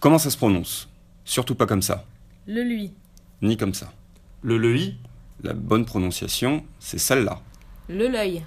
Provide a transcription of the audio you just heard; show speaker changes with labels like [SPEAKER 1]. [SPEAKER 1] Comment ça se prononce Surtout pas comme ça,
[SPEAKER 2] le lui,
[SPEAKER 1] ni comme ça.
[SPEAKER 3] Le le i
[SPEAKER 1] La bonne prononciation, c'est celle-là.
[SPEAKER 2] le l'œil,